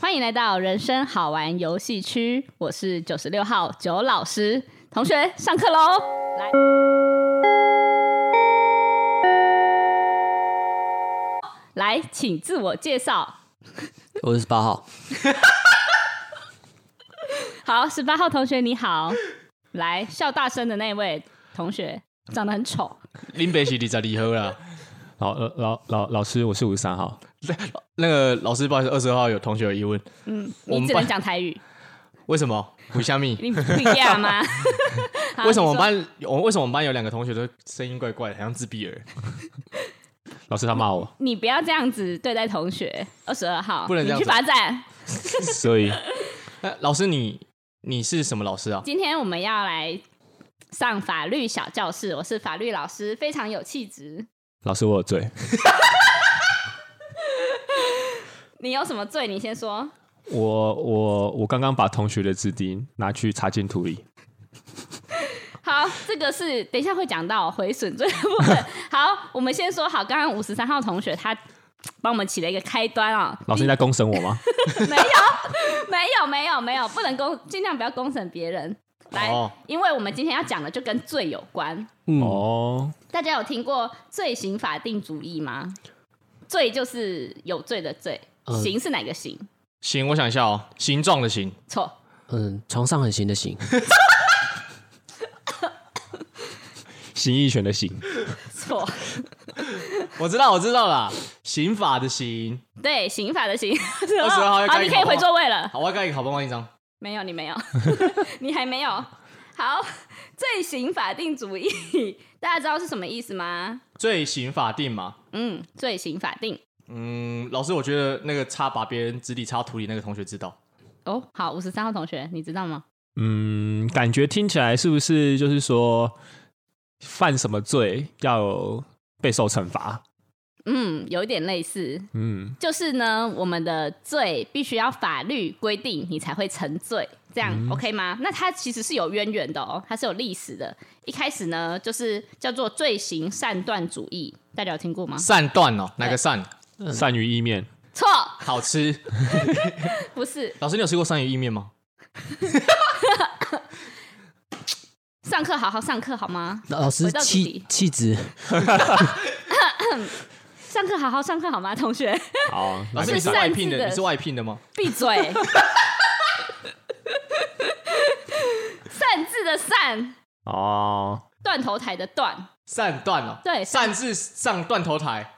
欢迎来到人生好玩游戏区，我是九十六号九老师同学，上课喽！来，来，请自我介绍。我是八号，好，十八号同学你好，来笑大声的那位同学长得很丑，林北喜你在离合啦。 老老老老老师，我是五十三号。那个老师，不好意思，二十号有同学有疑问，我嗯你们只能班讲台语，为什么？胡虾 米？你不一样 吗？好为什么我你们说班我为什么我们班有两个同学都声音怪怪的，好像自闭儿？ 老师他骂 我，你不要这样子对待同学？二十二号不能这样你去子罚站。所以那老师你你是什么老师啊？今天我们要来上法律小教室，我是法律老师，非常有气质。老师我有罪，你有什么罪？你先说。我我我刚刚把同学的纸钉拿去插进土里，好，这个是等一下会讲到毁损罪的部分。好，我们先说好，刚刚五十三号同学他帮我们起了一个开端啊、老师你在公审我吗？没有，没有，没有，没有，不能公，尽量不要公审别人。来， 哦因为我们今天要讲的就跟罪有关。嗯哦，大家有听过罪刑法定主义吗？罪就是有罪的罪，刑是哪个刑？行，我想一下哦，形状的形，错，嗯，床上很行的行，行义权的行，错， 我知道我知道啦，刑法的刑。对，刑法的刑。 二十二号要好，开你可以考回吗座位了。好，我要盖一个好棒棒一张。没有，你没有， 你还没有。好，罪刑法定主义，大家知道是什么意思吗？罪刑法定嘛，嗯，罪刑法定。嗯，老师，我觉得那个插把别人纸里插土里那个同学知道，哦，好，五十三号同学，你知道吗？嗯，感觉听起来是不是就是说犯什么罪要有备受惩罚？嗯，有一点类似，嗯，就是呢，我们的罪必须要法律规定你才会成罪，这样、OK 嗯吗？那它其实是有渊源的哦，它是有历史的。一开始呢，就是叫做罪行善断主义，大家有听过吗？善断哦，哪个善？嗯善于意面，错，好吃。不是。 老师，你有吃过鳝鱼意面吗？上课好好上课好吗？老老回师到主气题气质，上课好好上课好吗，同 学？好，老师，是你是外擅聘自的的，你是外聘的吗？闭 嘴！擅自的擅，哦，断头台的断，善断哦，对擅自上断头台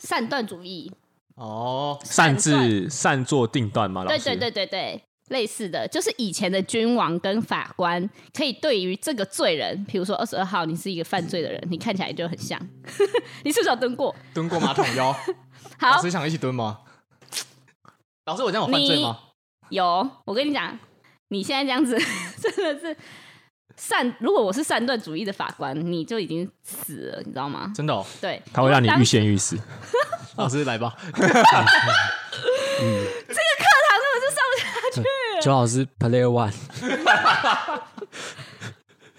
善断主义。哦，擅断自擅作定断吗？老对师，对对对对，类似的，就是以前的君王跟法官可以对于这个罪人，比如说二十二号，你是一个犯罪的人，你看起来就很像， 你是不是有蹲过？蹲过马桶腰。 好老，师想一起蹲吗？老师，我这样有犯罪吗？有，我跟你讲，你现在这样子 真的是善，如果我是善断主义的法官，你就已经死了，你知道哦吗？真的哦，对，他会让你当欲仙欲死。老师来吧。啊九老师 Player One，大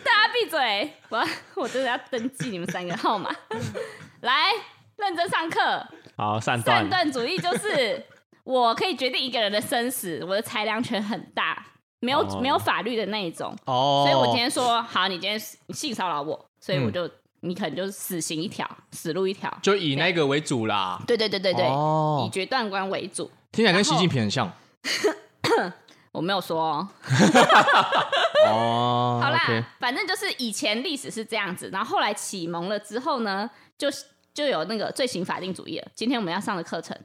家闭嘴！我要我真的要登记你们三个号码， 来认真上课。好，善断判，断主义就是我可以决定一个人的生死，我的裁量权很大，没有、哦没有法律的那一种。哦，所嗯以我今天说，好，你今天你性骚扰我，所以我就、你可能就是死刑一条，死路一条。就以那个为主啦。对对对对对，以哦，决断官为主。听起来跟习近平很像。我没有说、哦，哦好啦 OK 反正就是以前历史是这样子，然后后来启蒙了之后呢，就是就有那个罪行法定主义了。今天我们要上的课程，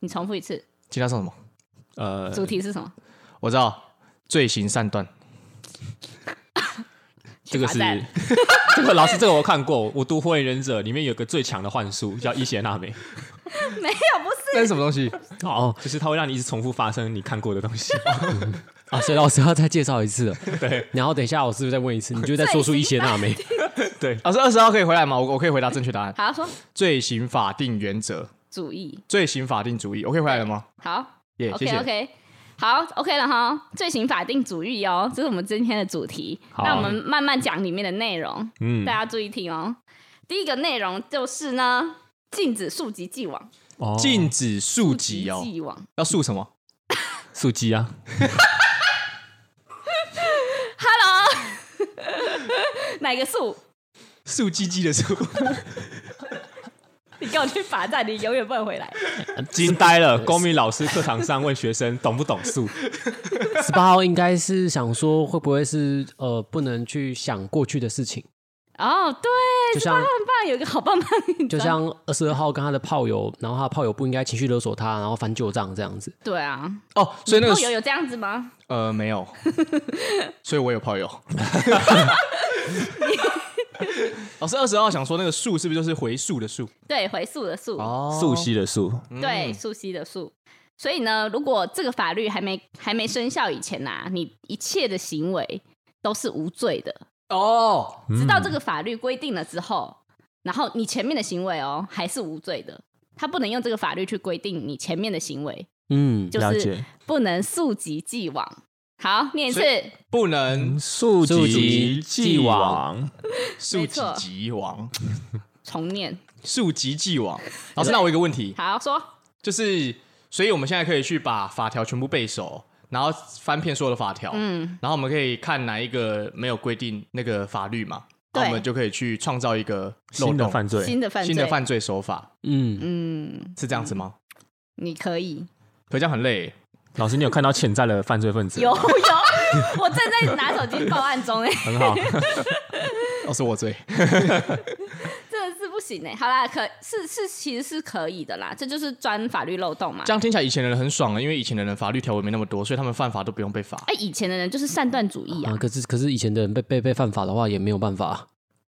你重复一次，其他算什么？呃，主题是什么？我知道，罪行善断。这个是去罚站 这个老师，这个我看过，《我读火影忍者》里面有个最强的幻术叫伊邪 那美，没有，不是。 那是什么东西？哦，就是它会让你一直重复发生你看过的东 西。啊，所以老师要再介绍一次了。 对，然后等一下老师再问一次，你就再说出 一些那美。老师，啊二十号可以回来吗？我我可以回答正确答案。好，说罪行法定原则，主义，罪行法定主义，我可以回来了吗？好耶，，OK 谢谢。 OK，好 OK 了哈。罪行法定主义哦，这是我们今天的主题。好那我们慢慢讲里面的内容，嗯大，家注意听哦。第一个内容就是呢，禁止溯及既往，哦禁止溯溯及哦，既往。要溯什么？素鸡啊，哪个素？素鸡鸡的素，你给我去罚站，你永远不能回来。惊呆了！公民老师课堂上问学生懂不懂素，十八号应该是想说，会不会是呃，不能去想过去的事情，哦，对，就这棒像很棒，有一个好棒棒，就像二十二号跟他的炮友，然后他的炮友不应该情绪勒索他，然后翻旧账这样子。对啊，哦，所以那你个炮友有这样子吗？呃没 有，所以我有炮友。老哦师二十号想说那个数是不是就是回数的数？对，回溯的溯，哦素汐的素，对，溯溪的溯。所以呢，如果这个法律还没还没生效以前呐、你一切的行为都是无罪的。哦，直到这个法律规定了之后，然后你前面的行为哦还是无罪的，他不能用这个法律去规定你前面的行为，嗯，就了是解不能溯及既往。好，念一次所，不能素素及及既既往往，数没及错既往，重念。数及既往。老师，那我有一个问题，好，说就是，所以我们现在可以去把法条全部背熟，然后翻遍所有的法条，嗯，然后我们可以看哪一个没有规定那个法律嘛，对然后我们就可以去创造一个漏新的洞犯罪，新的犯罪，新的犯罪手法，嗯，嗯，是这样子吗？你可以可这样很累，老师，你有看到潜在的犯罪分子？有有， 我正在拿手机报案中哎、很好，哦，是我罪。 真的是不行哎、好啦，可是是其实是可以的啦，这就是钻法律漏洞嘛这。样听起来以前的人很爽啊，因为以前的人法律条文没那么多，所以他们犯法都不用被罚。哎、以前的人就是善断主义啊，啊，可是可是以前的人被被被犯法的话也没有办法，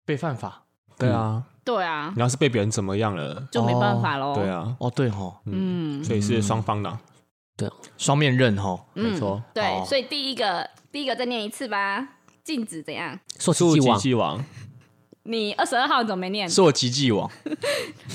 被犯法？对啊，对啊，你要是被别人怎么样了，就没办法喽、对，啊，哦，对吼，嗯，所以是双方的，双面刃吼，没错，嗯对，哦所以第一个第一个再念一次吧，禁止怎样？溯及素既及往，既往，你二十二号你怎么没念？是我及既往。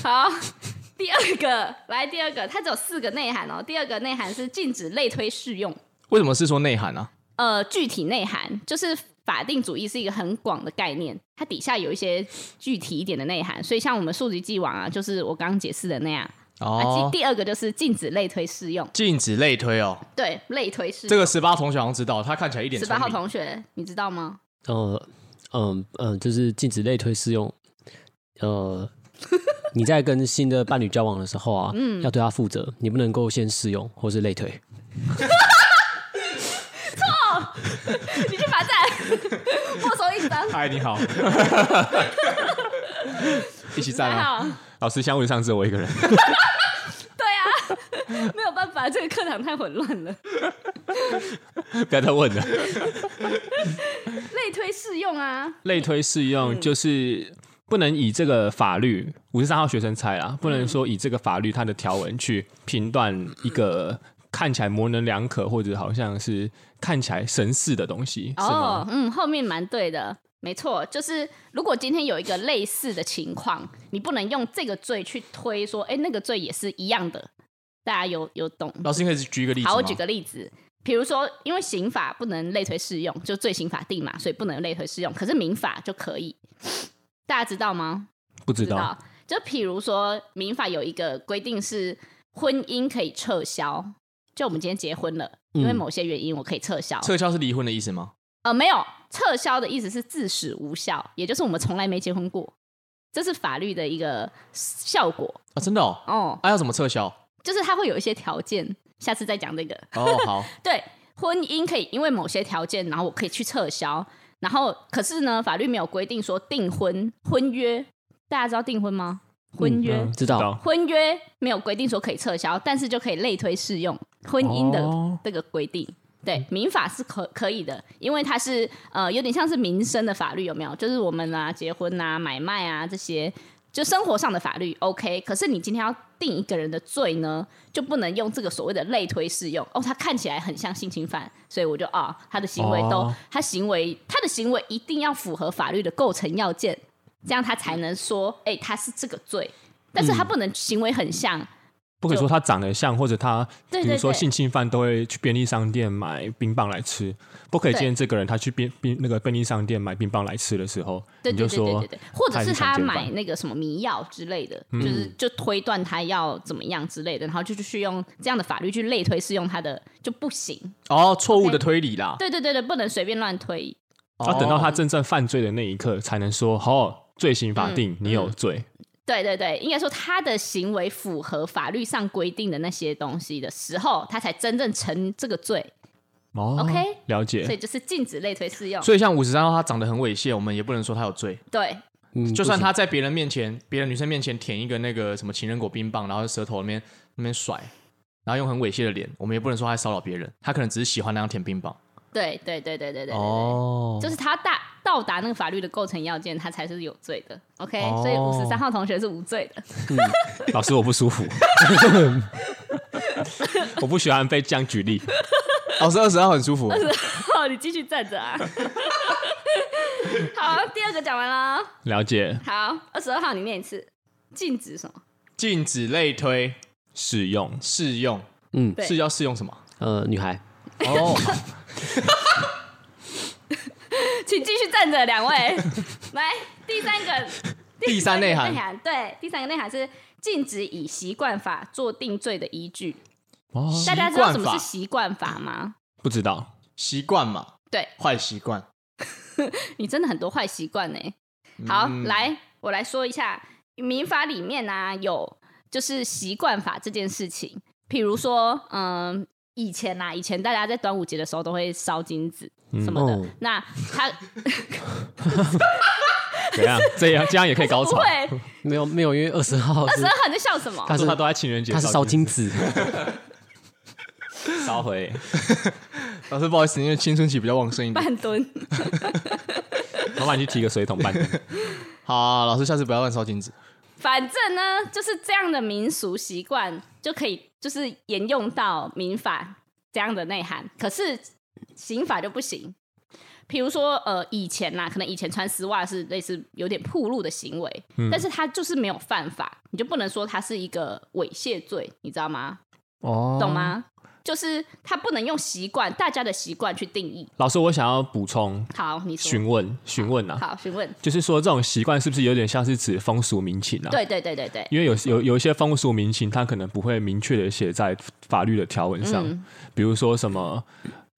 好， 第二个来第二个，它只有四个内涵哦。第二个内涵是禁止类推适用，为什么是说内涵啊？呃，具体内涵就是法定主义是一个很广的概念，它底下有一些具体一点的内涵。所以像我们溯及既往啊，就是我刚刚解释的那样。啊，哦，第第二个就是禁止类推适用，禁止类推哦，对，类推适这用。个十八同学好像知道，他看起来一脸十八聪号明同学，你知道吗？ 呃，嗯嗯，就是禁止类推适用。 呃，你在跟新的伴侣交往的时候啊，嗯要对他负责，你不能够先试用或是类推。你去罚站， 没收一 张。嗨，你 好，一起站还啊！好，老师相问上只有我一个人，啊 没有办法，这个课堂太混乱了。不要再问了。类推适用啊，类推适用就是不能以这个法律，五十三号学生猜啦，不嗯能说以这个法律它的条文去评断一个看起来模棱两可或者好像是看起来神似的东西，是哦吗？，嗯，后面蛮对的，没错，就是如果今天有一个类似的情况，你不能用这个罪去推说，哎，那个罪也是一样的。大家有有懂？老师，你可以举一个例子好，吗我举个例子，比如说，因为刑法不能类推适用，就罪刑法定嘛，所以不能类推适用，可是民法就可以。大家知道吗？不知知道道。就譬如说，民法有一个规定是婚姻可以撤销。就我们今天结婚了，因为嗯某些原因我可以撤销。撤销是离婚的意思吗？呃，没有撤销的意思是自始无效，也就是我们从来没结婚过。这是法律的一个效果啊，真的哦，哦，啊，要怎么撤销？就是它会有一些条件，下次再讲这个。哦， 好，对，婚姻可以因为某些条件，然后我可以去撤销。然后，可是呢，法律没有规定说订婚婚约，大家知道订婚吗？婚约、嗯知道，婚约没有规定说可以撤销，但是就可以类推适用婚姻哦的这个规定。对，民法是可可以的，因为它是呃有点像是民生的法律，有没有？就是我们啊结婚啊、买卖啊这些，就生活上的法律 OK。可是你今天要定一个人的罪呢，就不能用这个所谓的类推适用。哦，他看起来很像性侵犯，所以我就啊、他的行为都、哦他行为他的行为一定要符合法律的构成要件，嗯这样他才能说，哎、他是这个罪。但是他不能行为很像，不可以说他长得像，或者他对比对如说对性侵犯都会去便利商店买冰棒来吃，不可以对今天这个人他去便便那个便利商店买冰棒来吃的时候，对你对就对对说对对，或者他是很想嗯他见买吧那个什么迷药之类的，就是就推断他要怎么样之类的，然后就去用这样的法律去类推适用他的就不行。哦，错误的推理啦。哦对对哦对对，不能随便乱推。要等到他真正犯罪的那一刻才能说哦，罪行法嗯定，你有罪。对对对，应该说他的行为符合法律上规定的那些东西的时候，他才真正成这个罪，哦 OK 了所以解。就是禁止类推适用。所以像五十三号，他长得很猥亵，我们也不能说他有罪。对，嗯就不算行他在别人面前、别的女生面前舔一个那个什么情人果冰棒，然后舌头那边那边甩，然后用很猥亵的脸，我们也不能说他骚扰别人，他可能只是喜欢那样舔冰棒。对对对对对对对对，哦就是他大到达那个法律的构成要件，他才是有罪的。OK，所以五哦十三号同学是无罪的。 老师，我不舒服， 我不喜欢被这样举例。老师二十号很舒服。哦，你继续站着啊。 好，第二个讲完了。哦了解，好，二十二号你念一次。禁止什么？禁止类推适用适用，嗯对是要适用什么？呃女孩哦，请继续站着，两位。 来，第三个，第三内涵第三个对，第三个内涵是禁止以习惯法做定罪的依据。哦，大家知道什么法是习惯法吗？不知道习惯嘛，对坏习惯。你真的很多坏习惯呢。好，嗯来，我来说一下民法里面呢、有就是习惯法这件事情，譬如说，嗯，以前啦、以前大家在端午节的时候都会烧金子什么的，哦那他怎 样？这样这样也可以高不潮。会，没有没有，因为二十号是十二你在笑什么？他他是说他都在情人节，他是烧金子，烧毁。老师不好意思，因为青春期比较旺盛一点。半蹲，老板去提个水桶办。好啊，老师下次不要乱烧金子。反正呢，就是这样的民俗习惯就可以，就是沿用到民法这样的内涵。可是刑法就不行。比如说，呃，以前啦，可能以前穿丝袜是类似有点铺路的行为，但是他就是没有犯法，你就不能说他是一个猥亵罪，你知道吗？哦懂？吗？就是他不能用习惯，大家的习惯去定义。老师，我想要补充好，你说。询问询问啊，好，询问。就是说这种习惯是不是有点像是指风俗民情啊？。对对对对对，因为有有有一些风俗民情，它可能不会明确的写在法律的条文上，嗯比如说什么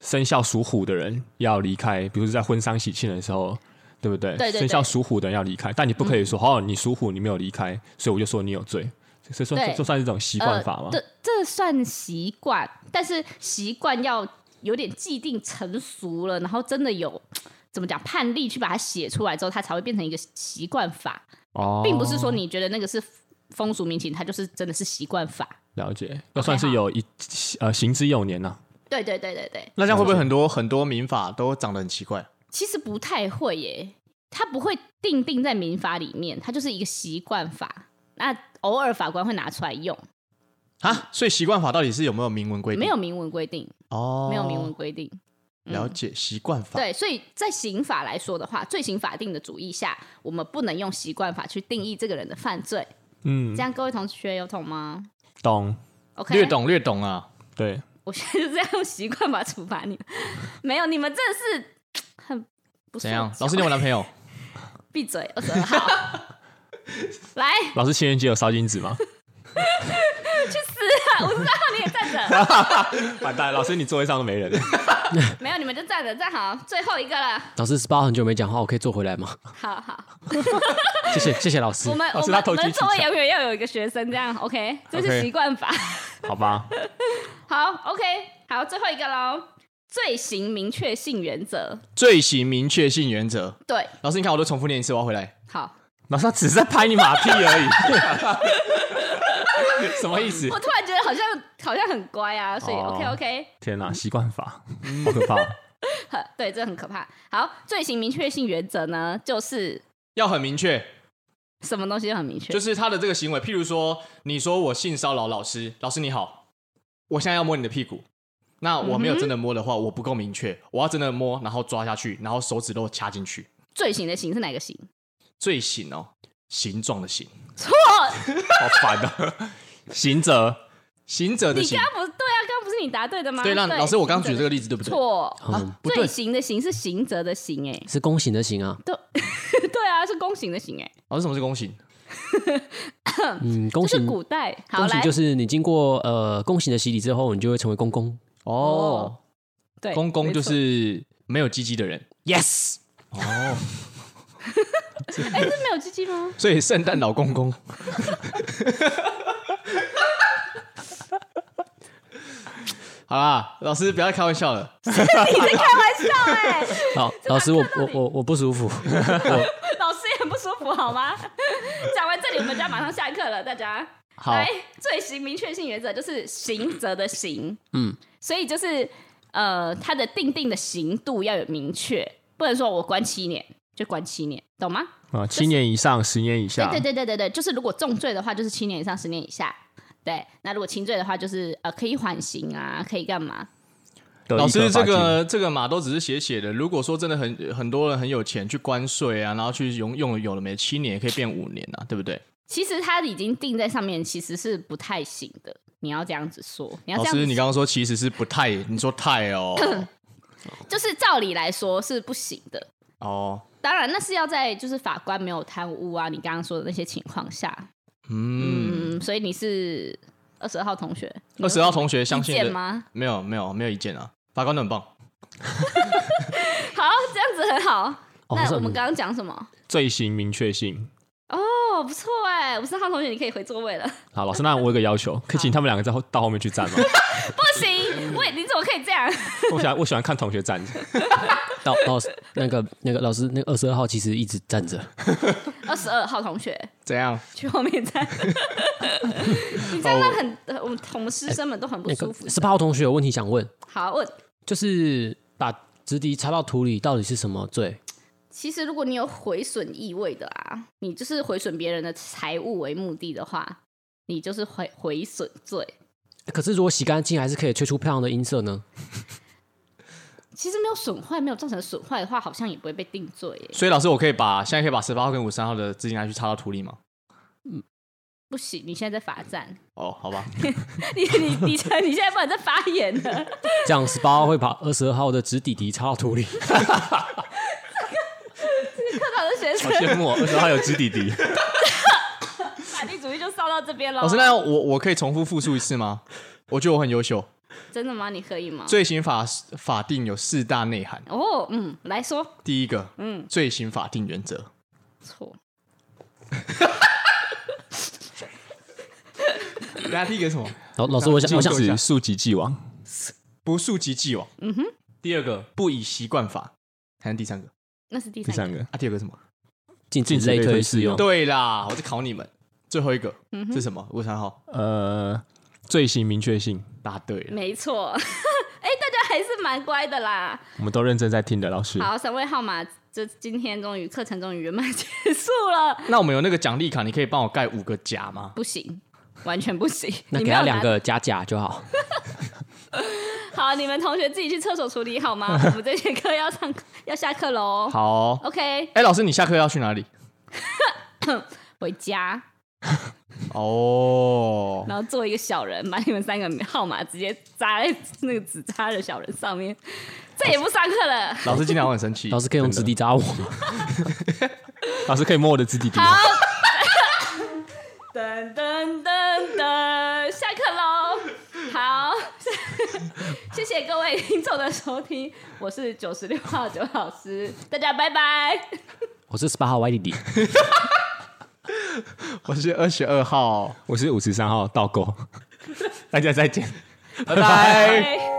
生肖属虎的人要离开，比如说在婚丧喜庆的时候，对不对？对对对嗯生肖属虎的人要离开，但你不可以说、哦，你属虎，你没有离开，所以我就说你有罪，这这算对呃这算是一种习惯法吗？这这算习惯，但是习惯要有点既定成熟了，然后真的有怎么讲判例去把它写出来之后，它才会变成一个习惯法，哦，并不是说你觉得那个是风俗民情，它就是真的是习惯法。了解，那算是有一呃行之有年呐、对对对对对，那这样会不会很多很多民法都长得很奇怪？其实不太会耶，它不会定定在民法里面，它就是一个习惯法。那偶尔法官会拿出来用，啊，所以习惯法到底是有没有明文规定？嗯没有明文规定，哦，没有明文规定。了解习惯法。对，所以在刑法来说的话，罪刑法定的主义下，我们不能用习惯法去定义这个人的犯罪。嗯这，样各位同学有懂吗懂， ？OK，略。懂略懂啊。对，我现在就这样用习惯法处罚你们，没有，你们真的是很不怎样？受老师，教你有男朋友？ 闭嘴，二十二号， 来，老师情人节有烧金纸吗？五十二号你也站着， 完蛋，老师你座位上都没人，没有，你们就站着，站好，最后一个了，老师十八很久没讲话，我可以坐回来吗？好好，谢谢谢谢老师我，们老我师们他我投机们取座位巧永远要有一个学生，这样 OK，这是 OK 习惯法。 好吧？好，OK，好，最后一个喽。罪行明确性原则，罪行明确性原则。对，老师，你看我都重复念一次，我要回来。好。老师他只是在拍你马屁而 已，什么意思我？突然觉得好像好像很乖啊，所以哦 OK OK，天哪、习惯法，好可 怕！呵对，这很可怕。好，罪行明确性原则呢，就是要很明确，什么东西都很明确，就是他的这个行为，譬如说，你说我性骚扰老师，老师你好，我现在要摸你的屁股，那我嗯没有真的摸的话，我不够明确，我要真的摸，然后抓下去，然后手指都掐进去，罪行的行是哪个行？罪行哦，形状的形，错，好烦啊！行者行哦者的你行刚。刚不是对啊，刚刚不是你答对的吗？对，让老师，我刚刚举这个个例子对不对？错，啊，不对罪，行的行是行者的行，哎， 是弓形的形啊，对啊，是弓形的行，哎，老师哦什么是弓形？嗯，这弓是形，古代。好弓形来就，是你经过呃弓形的洗礼之后，你就会成为公公。哦，对，公公就没是没有鸡鸡的人。 Yes，哦，错哎，这没有鸡鸡吗？所以圣诞老公 公，好啦，老师不要再开玩笑了。笑哎， 好，老师，我我我我不舒服，老师也很不舒服好吗？ 讲完这里，我们就要马上下课了，大家。好，来，罪行明确性原则就是刑责的刑，嗯，所以就是呃，它的定定的刑度要有明确，不能说我关七年就关七年，懂吗？啊，七年以上，十年以啊下，对对对对对对，就是如果重罪的话，就是七年以上十年以下。对，那如果轻罪的话，就是呃可以缓刑啊，可以干嘛？对老师这个这个码都只是写写的。如果说真的很很多人很有钱去关税啊，然后去用用了有了没七年也可以变五年啊，对不对？其实它已经定在上面，其实是不太行的。你要这样子说，你要老这样师，子你刚刚说其实是不太，你说太 哦就是照理来说是不行的。哦，当然，那是要在就是法官没有贪污啊，你刚刚说的那些情况下，嗯，嗯，所以你是二十二号同学，二十号同学相意信见的吗？没有没有没有意见啊，法官都很棒。好，这样子很好。哦那是我们嗯刚刚讲什么？罪行明确性。哦，不错哎，五十号同学，你可以回座位了。 好，老师，那我有个要求，可以请他们两个在后到后面去站 吗？不行，喂，你怎么可以这样？ 我喜欢我喜欢看同学站着，老老师那个那个老师那个二十二号其实一直站着，二十二号同学怎样？去后面站， 你哦这样让很呃我们我们师生们都很不那舒个哎服。十八号同学有问题想问，好，我就是把直笛插到土里到底是什么罪？其实如果你有毁损意味的啊，你就是毁损别人的财物为目的的话，你就是毁毁损罪。可是如果洗干净还是可以吹出漂亮的音色呢？其实没有损坏，没有造成损坏的话，好像也不会被定罪耶。所以老师，我可以把现在可以把十八号跟五十三号的资金拿去插到土里吗？不行，你现在在罚站，哦，好吧， 你你你你现在不能再发言 了。这样十八号会把二十二号的直笛笛插到土里。 特长的学好生羡慕、哦，而且他有知弟弟。法律主义就烧到这边了。老师，那我我可以重复复述一次吗？ 我觉得我很优秀。真的吗？你可以吗？罪行法法定有四大内涵，哦，嗯，来说第一个，嗯，罪行法定原则，错，大家第一个嗯是什么？老老师，我想我禁想止溯及既往，不溯及既往。嗯哼。第二个，不以习惯法。还是第三个那是第第三三个。个啊？第二个是什么？禁止禁止类类推推适适用用。对啦，我在考你们。最后一个、是什么？五三号呃，罪行明确性，答对了。没 错，哎、大家还是蛮乖的啦。我们都认真在听的，老师。好，三位号码，这今天终于课程终于圆满结束了。那我们有那个奖励卡，你可以帮我盖五个甲吗？不行，完全不行。那你给没有拿他两个假假 就好。好，你们同学自己去厕所处理好 吗？我们这节课要上要下课喽。好哦、 OK，哎、老师，你下课要去哪里？回家， 哦，然后做一个小人，把你们三个号码直接扎在那个纸扎的小人上面。再也不上课了。老师今天好像很生气。老师可以用直笛扎我吗？老师可以摸我的知弟弟吗？噔噔噔噔，下课喽！好， 谢谢各位听众的收听，我是九十六号九老师，大家拜拜。我是十八号歪弟弟。我是二十二号，我是五十三号倒钩，大家再见。拜拜。拜